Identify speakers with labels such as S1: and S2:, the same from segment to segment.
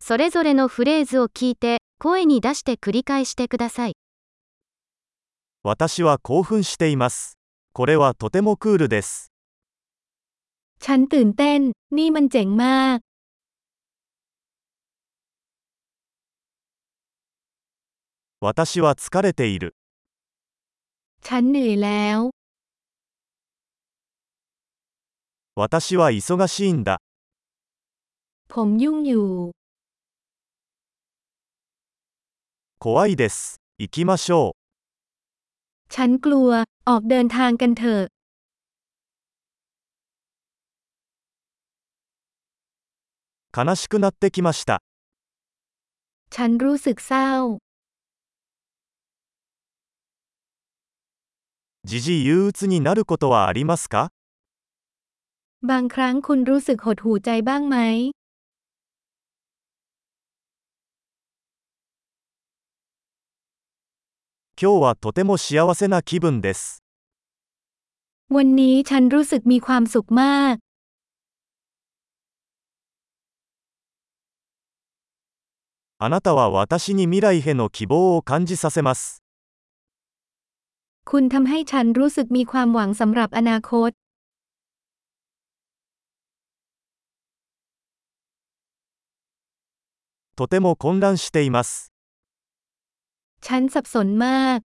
S1: それぞれのフレーズを聞いて、声に出して繰り返してください。
S2: 私は興奮しています。これはとてもクールです。
S3: ฉันตื่นเต้น นี่มันเจ๋งมาก
S2: 私は疲れている。
S3: ฉันเหนื่อยแล้ว
S2: 私は忙しいんだ。
S3: ผมยุ่งอยู่
S2: 怖いです。行きましょ
S3: ฉันกลัว ออกเดินทางกันเถอะ
S2: う。悲しくなってきました。
S3: ฉันรู้สึกเศร้า
S2: 時々憂鬱になることはありますか
S3: บางครั้งคุณรู้สึกหดหู่ใจบ้างไหม
S2: 今日はとても幸せな気分です。
S3: วันนี้ฉันรู้สึกมีความสุขมาก
S2: あなたは私に未来への希望を感じさせます。
S3: คุณทำให้ฉันรู้สึกมีความหวังสำหรับอนาคต
S2: とても混乱しています。
S3: ฉันสับสนมาก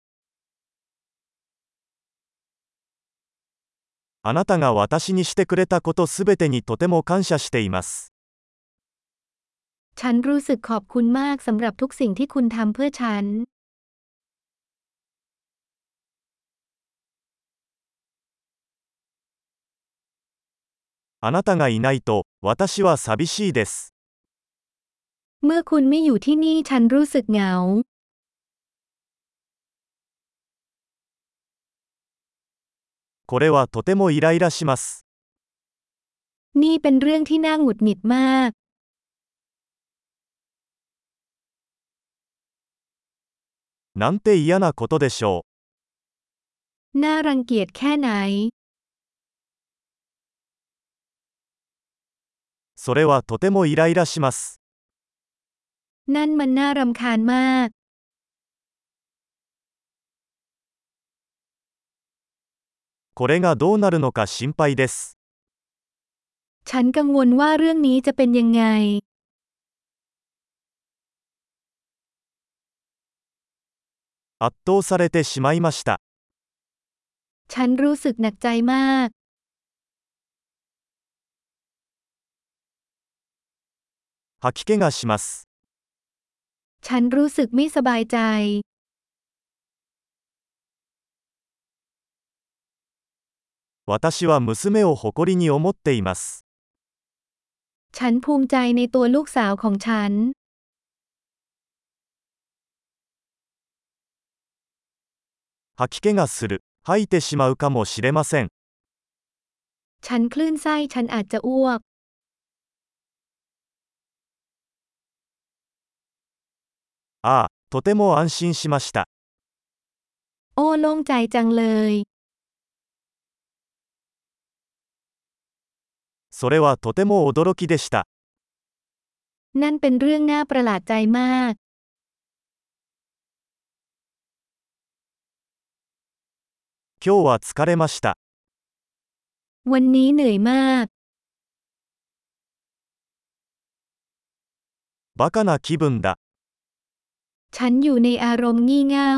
S2: あなたが私にしてくれたことすべてにとても感謝しています。
S3: ฉันรู้สึกขอบคุณมากสำหรับทุกสิ่งที่คุณทำเพื่อฉัน
S2: あなたがいないと、私は寂しいです。
S3: เมื่อคุณไม่อยู่ที่นี่ฉันรู้สึกเหงา
S2: これはとてもイライラします。
S3: นี่เป็นเรื่องที่น่าหงุดหงิดมาก
S2: なんて嫌なことでしょう。
S3: น่ารังเกียจแค่ไหน
S2: それはとてもイライラします。
S3: นั่นมันน่ารำคาญมาก
S2: これがどうなるのか心配です。
S3: ฉันกังวลว่าเรื่องนี้จะเป็นยังไง
S2: 圧倒されてしまいました。
S3: ฉันรู้สึกหนักใจมาก
S2: 吐き気がします。
S3: ฉันรู้สึกไม่สบายใจ
S2: 私は娘を誇りに思っています。
S3: ฉันภูมิใจในตัวลูกสาวของฉัน
S2: 吐き気がする。吐いてしまうかもしれません。
S3: ฉันคลื่นไส้ฉันอาจจะอ้วก
S2: ああ、とても安心しました。
S3: โอ้โล่งใจจังเลย
S2: それはとても驚きでした。
S3: นั่นเป็นเรื่องน่าประหลาดใจมาก
S2: 今日は疲れました。
S3: วันนี้เหนื่อยมาก
S2: バカな気分だ。
S3: ฉันอยู่ในอารมณ์งี่เง่า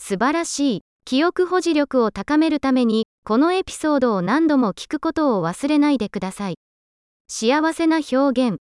S1: 素晴らしい。記憶保持力を高めるために、このエピソードを何度も聞くことを忘れないでください。幸せな表現。